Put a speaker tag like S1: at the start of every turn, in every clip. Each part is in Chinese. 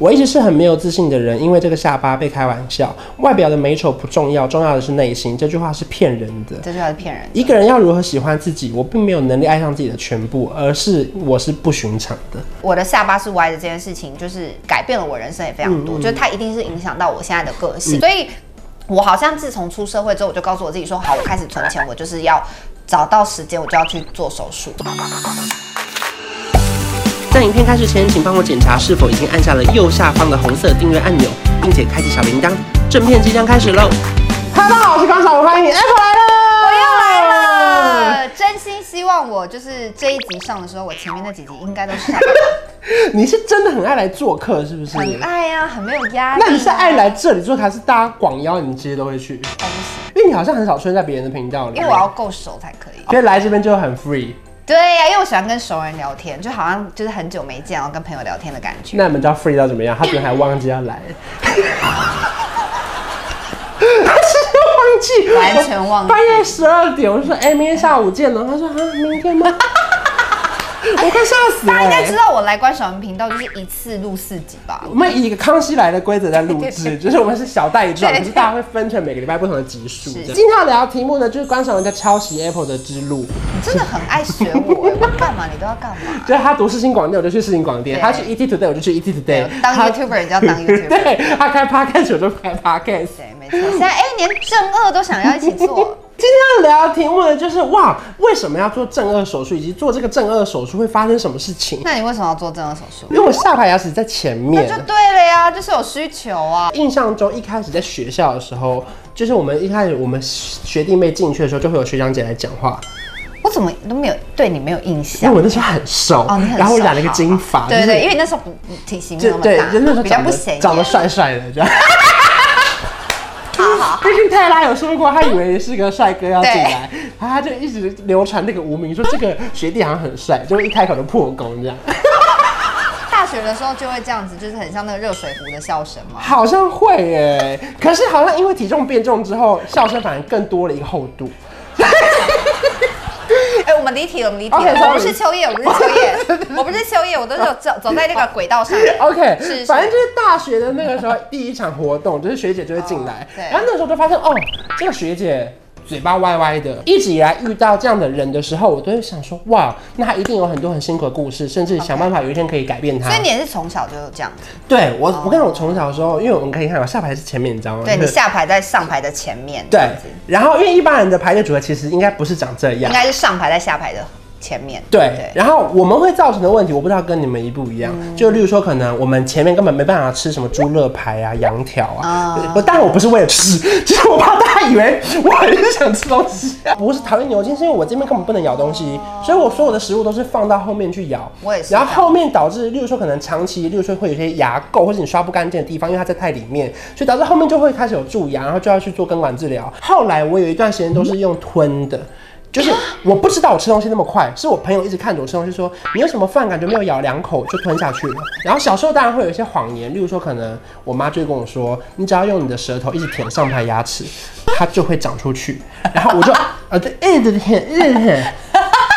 S1: 我一直是很没有自信的人，因为这个下巴被开玩笑，外表的美丑不重要，重要的是内心。这句话是骗人的。
S2: 这句话是骗人的。
S1: 一个人要如何喜欢自己，我并没有能力爱上自己的全部，而是我是不寻常的。
S2: 我的下巴是歪的这件事情，就是改变了我人生也非常
S1: 嗯
S2: 多，就是它一定是影响到我现在的个性。所以，我好像自从出社会之后，我就告诉我自己说，好，我开始存钱，我就是要找到时间，我就要去做手术。
S1: 在影片开始前，请帮我检查是否已经按下了右下方的红色订阅按钮，并且开启小铃铛。正片即将开始喽！哈喽，我是刚小，我欢迎 Apple 来
S2: 我
S1: 了，
S2: 又 来了，真心希望我就是这一集上的时候，我前面那几集应该都是
S1: 你是真的很爱来做客，是不是？
S2: 很爱呀、很没有压力、啊
S1: 那你是爱来这里做客，还是大家广邀你，其实都会去？
S2: 哦？不行
S1: 因为你好像很少出现在别人的频道里，
S2: 因为我要够熟才可以。
S1: 所以来这边就很 free。
S2: 对呀、因为我喜欢跟熟人聊天，就好像就是很久没见，然后跟朋友聊天的感觉。
S1: 那你们知道 free 到怎么样？他居然还忘记要 来，他是忘记，
S2: 完全忘记
S1: 半夜十二点，我就说，哎、明天下午见了。他说，啊，明天吗？ 我快吓死了、
S2: 大家应该知道我来关小文频道就是一次录四集吧？
S1: 我们以一个康熙来的规则在录 制，就是我们是小袋一转，
S2: 对
S1: 可是大家会分成每个礼拜不同的集数。
S2: 是
S1: 今天要聊的题目呢，就是观赏人家抄袭 Apple 的之路。
S2: 你真的很爱学我、欸，我干嘛你都要干嘛？
S1: 就是他读世新广电，我就去世新广电；
S2: 对
S1: 他去 ET Today，我就去 ET
S2: 对
S1: Today。
S2: 当
S1: 他
S2: YouTuber 你就要当 YouTuber。
S1: 对他开 podcast 我就开 podcast。
S2: 对，没错。现在哎、连正二都想要一起 做，
S1: 今天要聊的题目呢，就是哇，为什么要做正颚手术，以及做这个正颚手术会发生什么事情？
S2: 那你为什么要做正二手术？
S1: 因为我下排牙齿在前
S2: 那
S1: 面
S2: 就。对了呀，就是有需求啊。
S1: 印象中一开始在学校的时候，就是我们一开始我们学弟妹进去的时候，就会有学长姐来讲话。
S2: 我怎么都没有对你没有印
S1: 因
S2: 象
S1: 为。我那时候很瘦，
S2: 哦，你很
S1: 然后我
S2: 瘦
S1: 染了一个
S2: 好
S1: 金发，
S2: 对对，因
S1: 为
S2: 为那时候不不体型没
S1: 就
S2: 有那么
S1: 对，
S2: 大，
S1: 就那时候
S2: 比较
S1: 长
S2: 不显
S1: 得
S2: 眼，
S1: 长得帅帅的这样。
S2: 好好好
S1: 毕竟泰拉有说过，他以为是个帅哥要进
S2: 对
S1: 来，然后他就一直流传那个无名，说这个学弟好像很帅，就一开口就破功这样。
S2: 大学的时候就会这样子，就是很像那个热水壶的笑声嘛。
S1: 好像会耶、可是好像因为体重变重之后，笑声反而更多了一个厚度。
S2: 哎、我们离题了，我们离题了。
S1: OK，sorry
S2: 我不是秋叶，我不是秋 叶，我不是秋叶，我都是有走走在那个轨道上。
S1: OK，
S2: 是是
S1: 反正就是大学的那个时候，第一场活动就是学姐就会进来
S2: 哦，对
S1: 然后那时候就发现哦，这个学姐。嘴巴歪歪的，一直以来遇到这样的人的时候，我都会想说，哇，那她一定有很多很辛苦的故事，甚至想办法有一天可以改变她。
S2: 所以你也是从小就这样子，
S1: 对我，我跟你讲我从小的时候，因为我们可以看我下排是前面，你知道吗？
S2: 对
S1: 就
S2: 你
S1: 是
S2: 下排在上排的前面，这
S1: 对
S2: 样子，
S1: 然后因为一般人的排列组合其实应该不是长这样
S2: 应，该是上排在下排的前面。
S1: 对，然后我们会造成的问题，我不知道跟你们一不一样。
S2: 嗯
S1: 就例如说，可能我们前面根本没办法吃什么猪肋排啊、羊条啊。
S2: 啊
S1: 我当然我不是为了吃， 就是我怕大家以为我很想吃东西、啊。不是讨厌牛筋，是因为我这边根本不能咬东西，所以我所有的食物都是放到后面去咬。
S2: 我也是
S1: 然后后面导致，例如说可能长期，例如说会有一些牙垢或者你刷不干净的地方，因为它在太里面，所以导致后面就会开始有蛀牙，然后就要去做根管治疗。后来我有一段时间都是用吞的。就是我不知道我吃东西那么快，是我朋友一直看着我吃东西说你有什么饭感觉没有咬两口就吞下去了。然后小时候当然会有一些谎言，例如说可能我妈就会跟我说，你只要用你的舌头一直舔上排牙齿，它就会长出去。然后我就啊对，一直舔一直舔，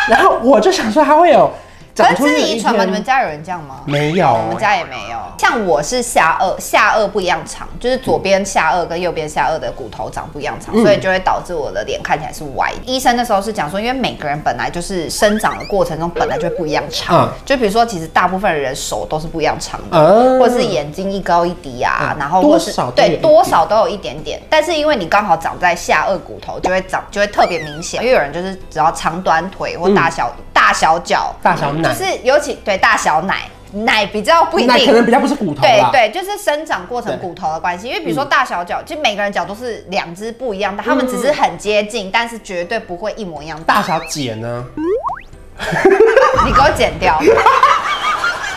S1: 然后我就想说它会有
S2: 可
S1: 长
S2: 是
S1: 出去
S2: 这
S1: 的
S2: 是
S1: 一
S2: 遗传吗？
S1: 天
S2: 你们家有人这样吗？
S1: 没有，
S2: 我们家也没有。像我是下颚，下颚不一样长，就是左边下颚跟右边下颚的骨头长不一样长，
S1: 嗯
S2: 所以就会导致我的脸看起来是歪的。医生那时候是讲说，因为每个人本来就是生长的过程中本来就不一样长，
S1: 嗯
S2: 就比如说其实大部分人手都是不一样长的。
S1: 嗯
S2: 或是眼睛一高一低啊，
S1: 嗯
S2: 然后或
S1: 多
S2: 是
S1: 少都有一
S2: 对
S1: 点
S2: 多少都有一点点，但是因为你刚好长在下颚骨头，就会长就会特别明显。因为有人就是只要长短腿或大小、大小脚，
S1: 嗯大小奶
S2: 就是尤其对大小奶奶比较不一
S1: 那可能
S2: 定。
S1: 比较不是骨头
S2: 对
S1: 啦。
S2: 对，就是生长过程
S1: 对嗯
S2: 骨头的关系，因为比如说大小脚，就每个人脚都是两只不一样的，他们只是很接近，但是绝对不会一模一样大。
S1: 大小姐呢？
S2: 你给我剪掉。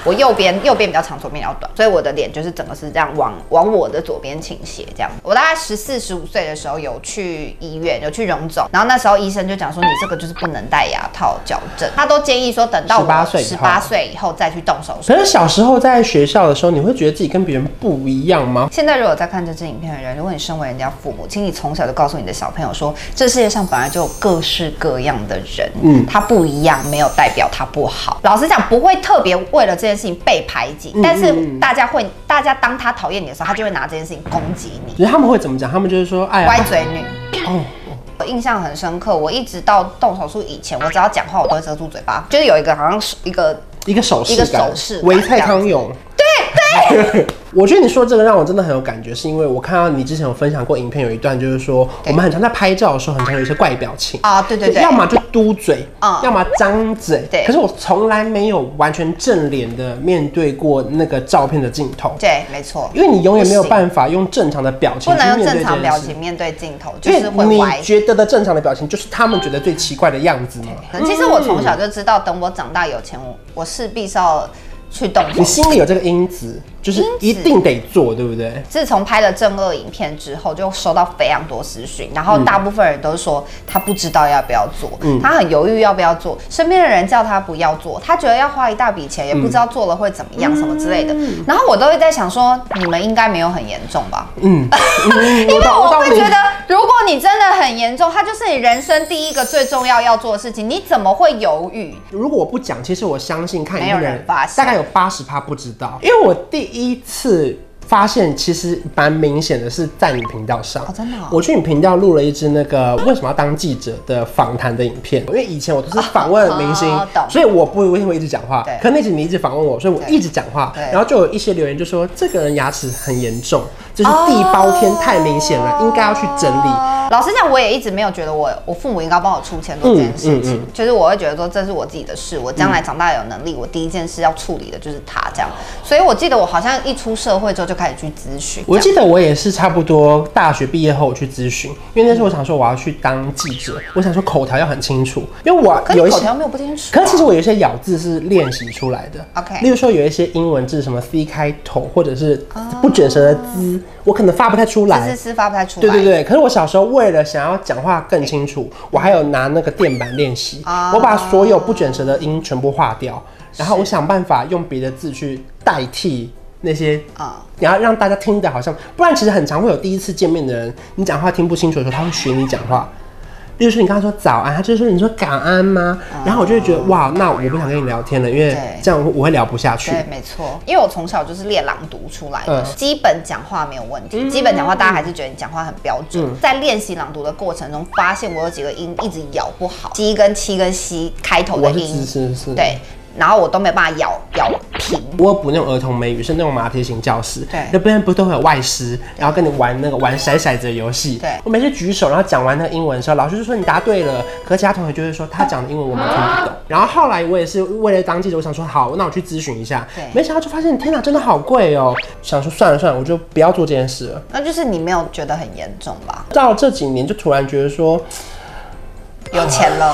S2: 我右边右边比较长，左边比较短，所以我的脸就是整个是这样往往我的左边倾斜这样。我大概十四十五岁的时候有去医院，有去荣总，然后那时候医生就讲说你这个就是不能戴牙套矫正，他都建议说等到我
S1: 18岁以
S2: 十
S1: 后
S2: 八岁以后再去动手术。
S1: 可是小时候在学校的时候，你会觉得自己跟别人不一样吗？
S2: 现在如果有在看这支影片的人，如果你身为人家父母，请你从小就告诉你的小朋友说，这世界上本来就有各式各样的人，嗯，他不一样，没有代表他不好。老实讲，不会特别为了这件事情被排挤，
S1: 嗯
S2: 但是大家会，大家当他讨厌你的时候，他就会拿这件事情攻击你，
S1: 就是他们会怎么讲？他们就是说，哎
S2: 乖
S1: 呀，
S2: 嘴女。
S1: 哦，
S2: 我印象很深刻，我一直到动手术以前，我只要讲话我都会遮住嘴巴，就是有一个好像是一个
S1: 一个手势感，
S2: 一个手势感
S1: 维菜康永。对对， 我觉得你说这个让我真的很有感觉，是因为我看到你之前有分享过影片，有一段就是说，我
S2: 对
S1: 们很常在拍照的时候，很常有一些怪表情。
S2: 啊，对对对，
S1: 要么就嘟嘴，
S2: 嗯
S1: 要么张嘴。
S2: 对
S1: 可是我从来没有完全正脸的面对过那个照片的镜头，
S2: 对，没错，
S1: 因为你永远没有办法用正常的表情
S2: 不
S1: 去
S2: 能
S1: 面
S2: 用
S1: 对
S2: 正
S1: 这
S2: 常
S1: 件
S2: 表
S1: 事。
S2: 情面对镜头，就
S1: 因
S2: 是
S1: 为
S2: 会歪
S1: 你。觉得的正常的表情，就是他们觉得最奇怪的样子嘛。
S2: 其实我从小就知道，等我长大有钱，我我势必是要去动手
S1: 你心里有这个因子，就是一定得做，对不对？
S2: 自从拍了正二影片之后，就收到非常多私讯，然后大部分人都说他不知道要不要做，他很犹豫要不要做，身边的人叫他不要做，他觉得要花一大笔钱，也不知道做了会怎么样，什么之类的。然后我都会在想说，你们应该没有很严重吧？
S1: 嗯，因
S2: 因为我会觉得，如果你真的很严重，它就是你人生第一个最重要要做的事情，你怎么会犹豫？
S1: 如果我不讲，其实我相信看影片的
S2: 没有人发现
S1: 大概有八十趴不知道，因为我第一次发现其实蛮明显的是在你频道上，
S2: 哦真的哦
S1: 我去你频道录了一支那个为什么要当记者的访谈的影片，因为以前我都是访问明星，
S2: 哦懂
S1: 所以我不一定会一直讲话
S2: 对，
S1: 可那集你一直访问我，所以我一直讲话，
S2: 对
S1: 然后就有一些留言就说这个人牙齿很严重，就是地包天
S2: 哦
S1: 太明显了，应该要去整理。
S2: 老实讲，我也一直没有觉得我我父母应该帮我出钱做这件事情，
S1: 嗯嗯
S2: 就是我会觉得说这是我自己的事，我将来长大有能力，我第一件事要处理的就是他这样。所以我记得我好像一出社会之后就开始去咨询，
S1: 我记得我也是差不多大学毕业后我去咨询，因为那时候我想说我要去当记者，我想说口条要很清楚，因为我
S2: 哦可
S1: 有
S2: 是
S1: 一
S2: 口
S1: 些，
S2: 条没有不清楚、
S1: 可是其实我有一些咬字是练习出来的。
S2: OK
S1: 例如说有一些英文字什么 C 开头或者是不卷舌的滋，我可能发不太出
S2: 只
S1: 来
S2: 哦是。司发不太出来。
S1: 对对对，可是我小时候为了想要讲话更清楚，我还有拿那个垫板练习，
S2: 啊
S1: 我把所有不卷舌的音全部划掉，然后我想办法用别的字去代替那些
S2: 啊、
S1: 你要让大家听的好像，不然其实很常会有第一次见面的人，你讲话听不清楚的时候，他会学你讲话。例如说，你跟他说早安，他就说你说感安吗？然后我就会觉得哇，那我不想跟你聊天了，因为
S2: 嗯对
S1: 这样我会聊不下去。
S2: 对，没错，因为我从小就是练朗读出来的，
S1: 嗯
S2: 基本讲话没有问题，基本讲话大家还是觉得你讲话很标准。
S1: 嗯
S2: 在练习朗读的过程中，发现我有几个音一直咬不好，鸡跟七跟西开头的
S1: 我是是
S2: 音，
S1: 是是，
S2: 对，然后我都没办法咬咬平。
S1: 我有补那种儿童美语，是那种马蹄形教室，
S2: 对
S1: 那边不都会有外师，然后跟你玩那个玩骰骰子的游戏，
S2: 对
S1: 我每次举手，然后讲完那个英文的时候，老师就说你答对了，可其他同学就会说他讲的英文我们听不 懂。然后后来我也是为了当记者，我想说好，那我去咨询一下
S2: 对，
S1: 没想到就发现天哪，真的好贵哦，想说算了算了，我就不要做这件事了。
S2: 那就是你没有觉得很严重吧？
S1: 到这几年就突然觉得说，
S2: 有钱 了，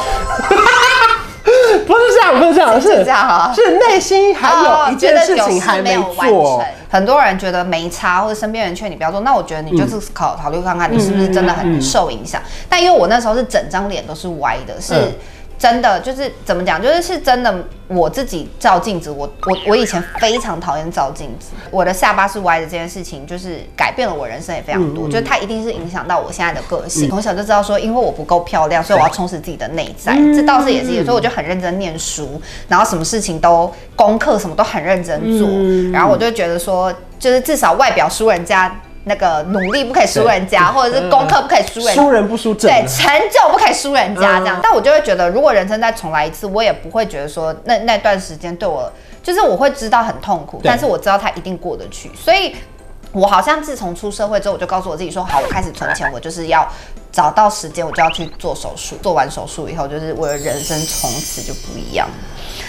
S1: 不是这样，不是这样，
S2: 是
S1: 是
S2: 这样啊
S1: 是内心还有一件事情还没
S2: 哦觉得有事有
S1: 做
S2: 完。成很多人觉得没差，或者身边人劝你不要做，那我觉得
S1: 嗯
S2: 你就是考考虑看看，你是不是真的很受影响。但因为我那时候是整张脸都是歪的，是。
S1: 嗯
S2: 真的就是怎么讲，就是是真的。我自己照镜子，我我我以前非常讨厌照镜子，我的下巴是歪的这件事情，就是改变了我人生也非常多。就是它一定是影响到我现在的个性。从小就知道说，因为我不够漂亮，所以我要充实自己的内在。这倒是也是，所以我就很认真念书，然后什么事情都功课什么都很认真做。然后我就觉得说，就是至少外表输人家，那个努力不可以输人家，或者是功课不可以输人家
S1: 输。人不输阵啊，
S2: 对，成就不可以输人家这样。
S1: 嗯
S2: 但我就会觉得，如果人生再重来一次，我也不会觉得说那那段时间对我，就是我会知道很痛苦，
S1: 对
S2: 但是我知道他一定过得去，所以。我好像自从出社会之后，我就告诉我自己说，好，我开始存钱，我就是要找到时间，我就要去做手术。做完手术以后，就是我的人生从此就不一样。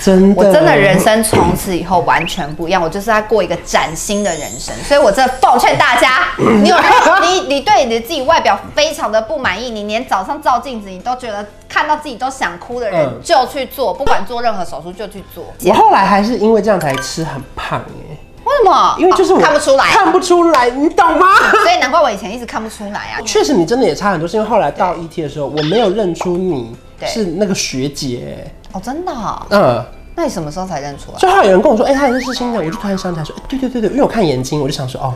S1: 真的，
S2: 我真的人生从此以后完全不一样，我就是在过一个崭新的人生，所以我真的奉劝大 家，你有你你对你的自己外表非常的不满意，你连早上照镜子你都觉得看到自己都想哭的人
S1: 嗯，
S2: 就去做，不管做任何手术就去做。
S1: 我后来还是因为这样才吃很胖耶，
S2: 为什么？
S1: 因为就是我、
S2: 哦看不出来，
S1: 看不出来，你懂吗？
S2: 所以难怪我以前一直看不出来啊。
S1: 确实，你真的也差很多，是因为后来到 ET 的时候，我没有认出你
S2: 对
S1: 是那个学姐，
S2: 哦，真的哦、
S1: 嗯，
S2: 那你什么时候才认出来？
S1: 所以后来有人跟我说，哎、她也是新的，我就突然想起来说，哎对对对对，因为我看眼睛，我就想说，哦，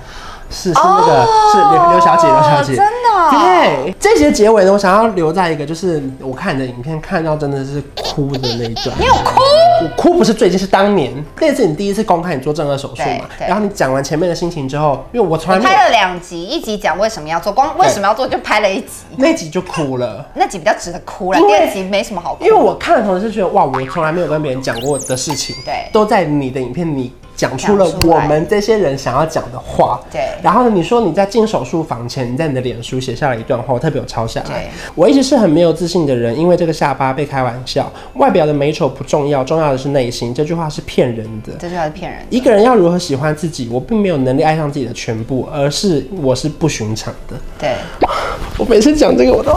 S1: 是是那个、
S2: 哦
S1: 是刘刘小姐，刘小姐，
S2: 真的哦
S1: 对，这节结尾呢，我想要留在一个，就是我看你的影片看到真的是哭的那一段，
S2: 你有哭？
S1: 我哭不是最近，是当年那次你第一次公开你做正颌手术嘛，
S2: 对对
S1: 然后你讲完前面的心情之后，因为我从来
S2: 我
S1: 没
S2: 拍
S1: 有
S2: 了两集，一集讲为什么要做，光
S1: 对
S2: 为什么要做就拍了一集，
S1: 那集就哭了。
S2: 那集比较值得哭了，
S1: 因为
S2: 第二集没什么好哭
S1: 因为。我看的同时是觉得，哇，我从来没有跟别人讲过的事情，
S2: 对
S1: 都在你的影片里讲出了
S2: 讲出
S1: 我
S2: 来
S1: 们这些人想要讲的话，
S2: 对
S1: 然后呢，你说你在进手术房前，你在你的脸书写下了一段话，我特别有抄下来
S2: 对。
S1: 我一直是很没有自信的人，因为这个下巴被开玩笑，外表的美丑不重要，重要的是内心。这句话是骗人的。
S2: 这句话是骗人的，
S1: 一个人要如何喜欢自己，我并没有能力爱上自己的全部，而是我是不寻常的。
S2: 对
S1: 我每次讲这个，我都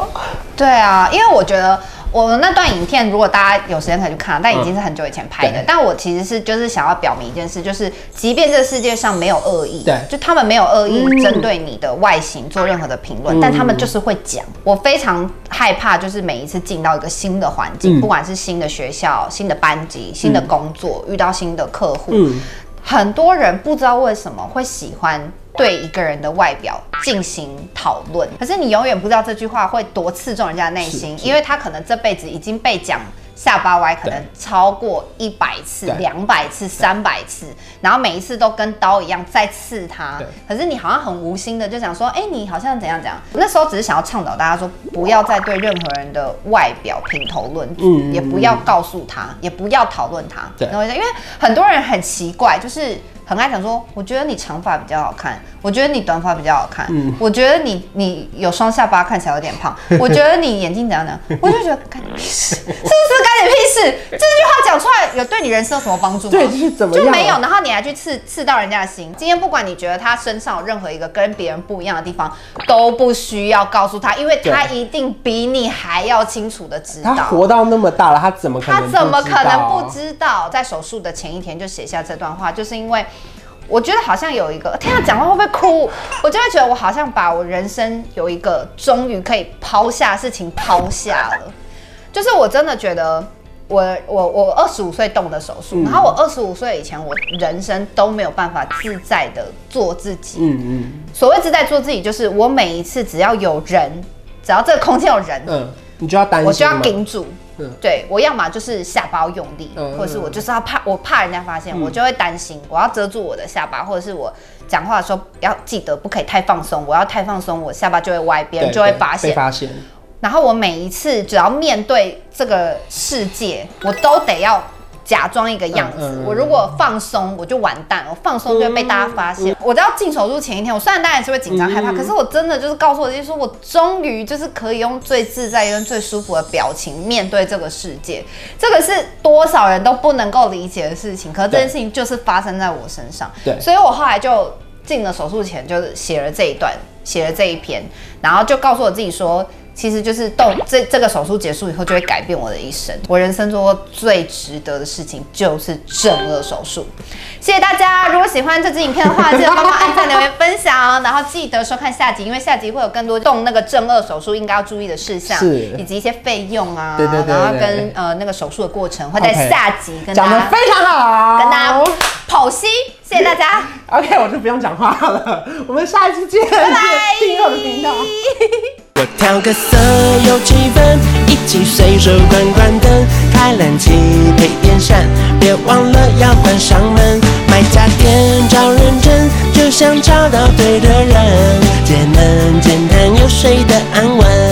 S2: 对啊，因为我觉得我那段影片，如果大家有时间可以去看，但已经是很久以前拍的。
S1: 对
S2: 但我其实是就是想要表明一件事，就是即便这世界上没有恶意，
S1: 对
S2: 就他们没有恶意针对你的外形做任何的评
S1: 嗯
S2: 论，但他们就是会讲。我非常害怕，就是每一次进到一个新的环境，
S1: 嗯
S2: 不管是新的学校、新的班级、新的工作，遇到新的客户，
S1: 嗯
S2: 很多人不知道为什么会喜欢对一个人的外表进行讨论，可是你永远不知道这句话会多刺中人家的内心，因为他可能这辈子已经被讲下巴歪，可能超过一百次
S1: 对、
S2: 两百次、三百次，然后每一次都跟刀一样再刺他
S1: 对。
S2: 可是你好像很无心的就想说，哎、你好像怎样怎样。那时候只是想要倡导大家说，不要再对任何人的外表评头论足，
S1: 嗯
S2: 也不要告诉他，也不要讨论他。
S1: 对
S2: 然后因为很多人很奇怪，就是很爱讲说，我觉得你长发比较好看，我觉得你短发比较好看，
S1: 嗯
S2: 我觉得你你有双下巴看起来有点 胖，我觉得你眼睛怎样怎样，我就觉得干你屁事，是不是干你屁事？这句话讲出来有对你人生有什么帮助吗？
S1: 对，就是怎么样啊
S2: 就没有，然后你还去刺刺到人家的心。今天不管你觉得他身上有任何一个跟别人不一样的地方，都不需要告诉他，因为他一定比你还要清楚的知
S1: 他
S2: 道。
S1: 活到那么大了，他怎么可
S2: 他
S1: 能？
S2: 怎么可能不？知道？在手术的前一天就写下这段话，就是因为我觉得好像有一个，天啊，讲话会不会哭？我就会觉得我好像把我人生有一个终于可以抛下的事情抛下了，就是我真的觉得。我我我二十五岁动的手
S1: 嗯
S2: 术，然后我二十五岁以前，我人生都没有办法自在的做自己，
S1: 嗯嗯
S2: 所谓自在做自己，就是我每一次只要有人，只要这个空间有人，
S1: 嗯，你就要担心嘛，
S2: 我就要顶住。
S1: 嗯
S2: 对我要么就是下巴要用力，
S1: 嗯
S2: 或者是我就是要怕我怕人家发现，我就会担心，我要遮住我的下巴，或者是我讲话的时候要记得不可以太放松，我要太放松，我下巴就会歪，别
S1: 对
S2: 人就会
S1: 对
S2: 发
S1: 被
S2: 现。
S1: 发现，
S2: 然后我每一次只要面对这个世界，我都得要假装一个样子。
S1: 嗯嗯嗯
S2: 我如果放松，我就完蛋，我放松就会被大家发现。
S1: 嗯
S2: 我知道进手术前一天，我虽然当然是会紧张害怕，可是我真的就是告诉我自己说，我终于就是可以用最自在跟最舒服的表情面对这个世界。这个是多少人都不能够理解的事情，可是这件事情就是发生在我身上。
S1: 对
S2: 所以我后来就进了手术前，就是写了这一段，写了这一篇，然后就告诉我自己说，其实就是动这这个手术结束以后，就会改变我的一生。我人生做过最值得的事情就是正颚手术。谢谢大家！如果喜欢这支影片的话，记得帮忙按赞、留言、分享，然后记得收看下集，因为下集会有更多动那个正颚手术应该要注意的事项，
S1: 是
S2: 以及一些费用啊，
S1: 对对对对
S2: 然后跟呃那个手术的过程会在
S1: OK
S2: 下集跟大
S1: 讲
S2: 家
S1: 的非常好，
S2: 跟大家剖析。谢谢大家。
S1: OK，我就不用讲话了，我们下一次见，拜
S2: 拜
S1: 订阅我的频道。
S3: 我调个色有气氛，一起随手关关灯，开冷气配电扇，别忘了要关上门。买家电找认真，就像找到对的人，简单简单又睡得安稳。